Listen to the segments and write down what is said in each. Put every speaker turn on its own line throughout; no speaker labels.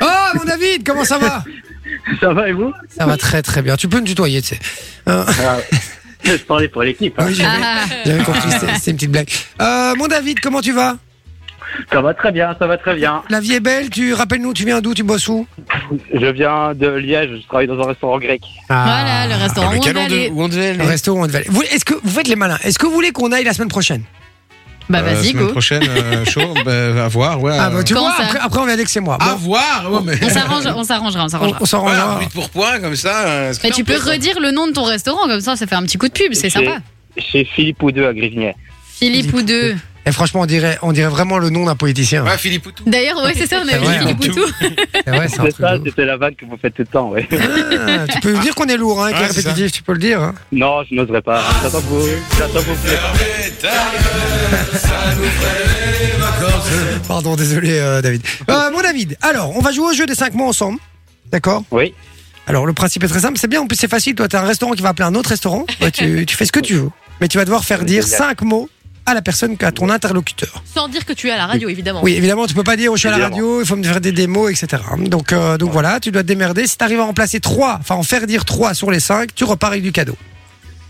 Ah, David, comment ça va
Ça va et vous
Ça va très très bien. Tu peux me tutoyer, tu sais. Euh,
Ah, Je parlais pour l'équipe. hein.
oui, j'avais-
Ah,
j'avais compris, c'est- c'est une petite blague. Euh, mon David, comment tu vas
Ça va très bien, ça va très bien.
La vie est belle, tu rappelles-nous, tu viens d'où, tu bosses où
Je viens de Liège, je travaille dans un restaurant grec.
ah. Voilà, le restaurant où on
Lequel
va
on de-
aller.
où on devait aller
Le restaurant Ah, de Valais. Vous, est-ce que vous faites les malins Est-ce que vous voulez qu'on aille la semaine prochaine
Bah
Euh,
vas-y,
semaine
go.
prochaine, euh, chaud, bah, à voir, ouais.
Ah, bah, tu
Quand
vois,
ça
après, après, on vient dès que c'est moi.
À
Bon,
voir, ouais, mais.
On s'arrange, on s'arrangera, on
on,
s'arrangera.
on s'en rend
Voilà,
là.
but pour point, comme ça. euh, est-ce que
Mais
ça,
tu
on
peux
peut-
redire le nom de ton restaurant, comme ça, ça fait un petit coup de pub,
Chez-
c'est sympa.
Chez Philippe Oudeux à Grivignet.
Philippe ou deux.
Et franchement, on dirait, on dirait vraiment le nom d'un politicien.
Ouais, Philippe Poutou.
D'ailleurs, ouais, c'est ça, on
C'est
avait
vrai,
dit Philippe
hein.
Poutou.
C'est vrai, c'est un
C'est
truc
ça,
de ouf.
c'était la vague que vous faites tout le temps, oui.
Ah, tu peux lui dire qu'on est lourd, hein, qu'il est
Ouais, c'est ça.
répétitif, tu peux le dire. hein.
non, je n'oserais pas. hein. J'attends que vous. J'attends que vous.
Pardon, désolé, euh, David. Euh, mon David, alors, on va jouer au jeu des 5 mots ensemble. D'accord
Oui,
Alors, le principe est très simple, c'est bien, en plus, c'est facile. Toi, t'as un restaurant qui va appeler un autre restaurant. Ouais, tu, tu fais ce que tu veux. Mais tu vas devoir faire
C'est
dire
génial.
5 mots à la personne, à ton interlocuteur.
Sans dire que tu es à la radio, évidemment.
Oui, évidemment, tu peux pas dire oh, je suis à la
Évidemment.
radio, il faut me faire des démos, etc. Donc, euh, donc voilà, tu dois te démerder. Si t'arrives à en placer trois, enfin en faire dire trois sur les cinq, tu repars avec du cadeau.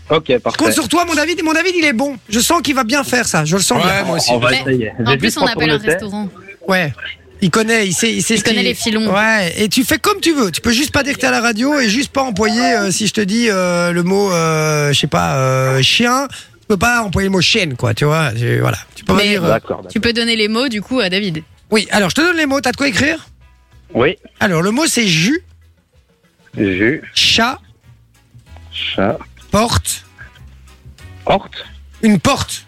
ok,
Je
parfait.
compte sur toi, mon David. Mon David, il est bon. Je sens qu'il va bien faire ça. Je le sens
Ouais,
bien.
moi aussi.
On va
Mais-
essayer. Je
En
vais
plus,
juste
on
prendre
appelle
le
un
thé.
restaurant.
Ouais. Il connaît, il sait, il sait.
Il
ce qu'il-
connaît les filons.
Ouais. Et tu fais comme tu veux. Tu peux juste pas dire que t'es à la radio et juste pas employer euh, si je te dis euh, le mot, euh, je sais pas, euh, chien. Tu peux pas employer le mot chienne, quoi. Tu vois. Tu- Voilà. Tu peux pas
Mais-
dire. euh,
D'accord, d'accord.
Tu peux donner les mots, du coup, à David.
Oui. Alors, je te donne les mots. T'as de quoi écrire
Oui,
Alors, le mot c'est jus,
jus,
chat,
chat,
porte.
porte,
Une porte,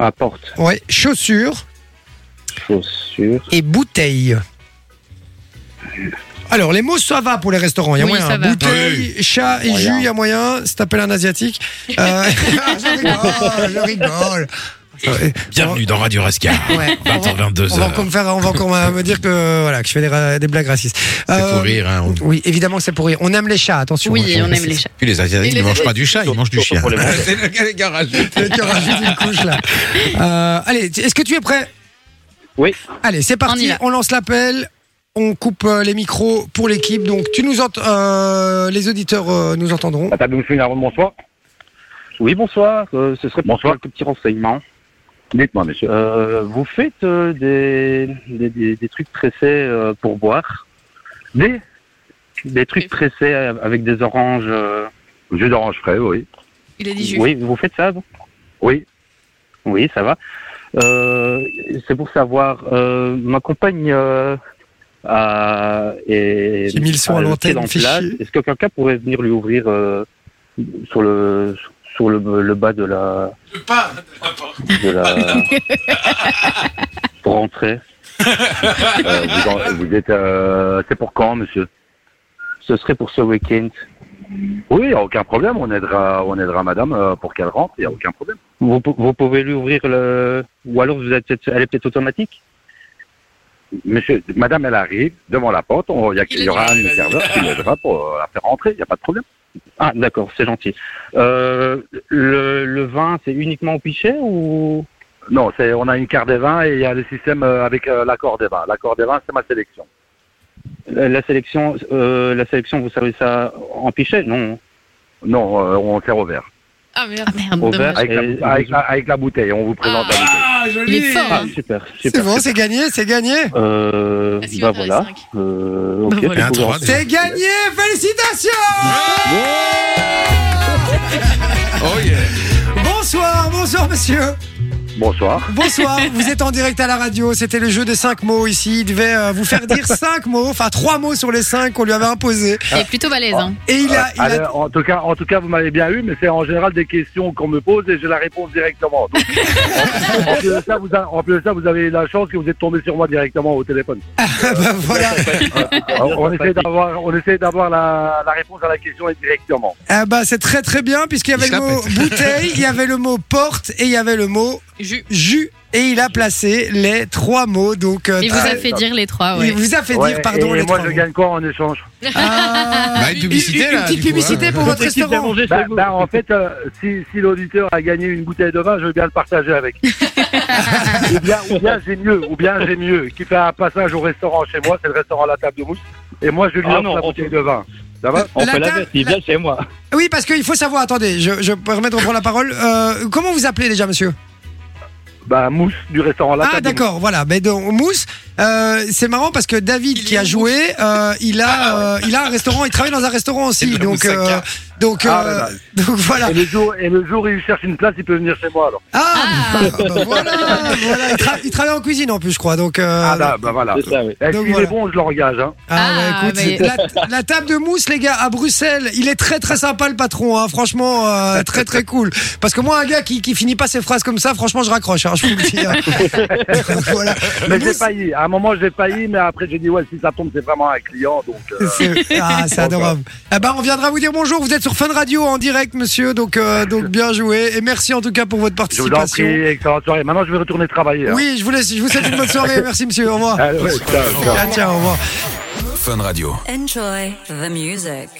à porte,
ouais, chaussures
chaussures,
et bouteille. Alors, les mots, ça va pour les restaurants. Il y a
Oui,
moyen.
ça va.
Bouteille, chat et
Moyen.
jus, il y a moyen. Si t'appelles un asiatique. Euh, je rigole, je rigole. Euh,
Bienvenue dans Radio Rascal.
Ouais. On va-
20h22.
on va encore me faire, on va encore me dire que, voilà, que je fais des, ra- des blagues racistes.
C'est
Euh,
pour rire, hein. on-
Oui, évidemment que c'est pour rire. On aime les chats, attention. hein.
Oui, on aime les chats.
Puis les Asiatiques
Et
ne
les-
mangent pas du chat, ils mangent du
surtout
chien.
pour les manger.
le gars des garages.
Le cœur rajoute une couche, là. Euh, allez, est-ce que tu es prêt
Oui.
Allez, c'est
On y
parti,
va.
on, lance l'appel. On coupe euh, les micros pour l'équipe. Donc, tu nous ent- euh, les auditeurs euh, nous entendront.
Ah,
La table nous finira, bonsoir. Oui, bonsoir. Euh, ce serait pour quelques petits renseignements.
Dites-moi, monsieur.
Euh, vous faites euh, des, des, des- des trucs pressés euh, pour boire Des Des trucs pressés euh, avec des oranges euh,
Jus d'orange frais, oui.
Il a dit juste.
Oui, vous faites ça vous
Oui.
Oui, ça va. Euh, C'est pour savoir, euh, ma compagne euh, a- est.
J'ai mis le son à
a
l'antenne,
pied dans le
fais
plat.
chier.
Est-ce que quelqu'un pourrait venir lui ouvrir euh, sur le sur le, le bas de la. de la pour rentrer
Euh, vous, en- vous êtes. euh, c'est pour quand, monsieur
Ce serait pour ce week-end.
Oui, y a aucun problème. On aidera, on aidera madame euh, pour qu'elle rentre. Il n'y a aucun problème.
Vous, pou- vous pouvez lui ouvrir le. Ou alors vous êtes peut-être- elle est peut-être automatique
Monsieur, madame, elle arrive devant la porte. Il y, a-
Il
y aura un serveur qui l'aidera pour euh, la faire rentrer. Il n'y a pas de problème.
Ah, d'accord, c'est gentil. Euh, le, le vin, c'est uniquement au pichet ou.
Non, c'est, on a une carte des vins et il y a le système euh, avec euh, l'accord des vins. L'accord des vins, c'est ma sélection.
La, la sélection, euh, la sélection, vous servez ça en pichet Non.
Non, euh, on sert au verre.
Ah
Ah
merde.
merde,
Au
dommage.
verre.
Avec la, avec la- avec la bouteille, on vous présente la bouteille.
Ah,
Il
joli.
est fort.
Ah,
hein.
super,
C'est
super.
bon, c'est gagné, c'est gagné.
Euh,
Est-ce qu'il
bah
va faire les
voilà.
cinq
Euh,
Bah
ok,
voilà.
vous
Un,
pouvez
trois,
rentrer.
C'est gagné, félicitations
Oh yeah.
Bonsoir, bonsoir monsieur.
Bonsoir.
Bonsoir, vous êtes en direct à la radio. C'était le jeu des 5 mots ici. Il devait euh, vous faire dire 5 mots, enfin 3 mots sur les 5 qu'on lui avait imposés.
Il est plutôt balèze. Hein.
Et il a... il a-
Allez, Ah, en, tout cas, en tout cas, vous m'avez bien eu, mais c'est en général des questions qu'on me pose et je la réponds directement. Donc, en, en plus de ça, vous a- en plus de ça, vous avez la chance que vous êtes tombé sur moi directement au téléphone.
Ah, bah, voilà.
Ah,
Alors, on, essaie d'avoir, on essaie d'avoir la, la réponse à la question directement.
Ah bah c'est très très bien puisqu'il y avait
Il
le
se la
mot bouteille, il y avait le mot porte et il y avait le mot
Jus.
jus. Et il a placé les trois mots. Donc, euh,
Il vous
très-
a fait dire les trois, ouais.
il vous a fait
Ouais,
dire, pardon,
et
les
moi,
trois
je
mots.
gagne quoi en échange
Ah,
Bah, une publicité,
une
là,
petite
du coup, hein.
publicité pour votre
équipe
restaurant.
d'arranger
bah,
chez vous.
bah, En fait, euh, si, si l'auditeur a gagné une bouteille de vin, je veux bien le partager avec. ou bien, ou bien j'ai mieux, ou bien j'ai mieux. Qui fait un passage au restaurant chez moi, c'est le restaurant La Table de Mousse. Et moi, je lui
Ah
offre
non,
la
on
bouteille
fait-
de vin. Ça va
On
La
fait la
table-
veste, il vient chez moi.
Oui, parce qu'il faut savoir, attendez, je, je peux remettre reprendre la parole. Euh, comment vous appelez déjà, monsieur
Bah, Mousse du restaurant La
Ah,
Table de Mousse.
d'accord, voilà. Mais donc, Mousse, euh, c'est marrant parce que David, qui a joué, euh, il, a, euh, il a un restaurant, il travaille dans un restaurant aussi.
de la
Donc,
moussaka.
euh, donc,
Ah,
euh,
là,
donc voilà.
Et le, jour, et le jour où il cherche une place, il peut venir chez moi alors.
Ah,
Ah.
bah, voilà, voilà. Il, tra- il travaille en cuisine en plus, je crois. Donc, euh,
ah, bah, bah, voilà.
C'est ça, oui.
Et
Donc,
s'il est
voilà.
bon, je l'engage. Hein.
Ah, bah,
Ah,
écoute,
mais-
c'est- la, la table de mousse, les gars, à Bruxelles, il est très très sympa le patron, hein, franchement, euh, très très cool. Parce que moi, un gars qui, qui finit pas ses phrases comme ça, franchement, je raccroche, hein, je vous le dis. hein. voilà.
Mais j'ai
Mousse,
failli. À un moment, j'ai failli, mais après, j'ai dit, ouais, si ça tombe, c'est vraiment un client. Donc, euh,
c'est- Ah, c'est adorable. Eh ben, on viendra vous dire bonjour. Vous êtes sur Fun Radio en direct, monsieur, donc euh, donc bien joué et merci en tout cas pour votre
je vous en prie,
participation.
excellente soirée. Maintenant, je vais retourner travailler. hein.
oui, je vous laisse. Je vous souhaite une bonne soirée. Merci, monsieur. Au
Ah,
revoir.
Allez, ciao, ciao.
Ah, tiens, au revoir.
Enjoy the music.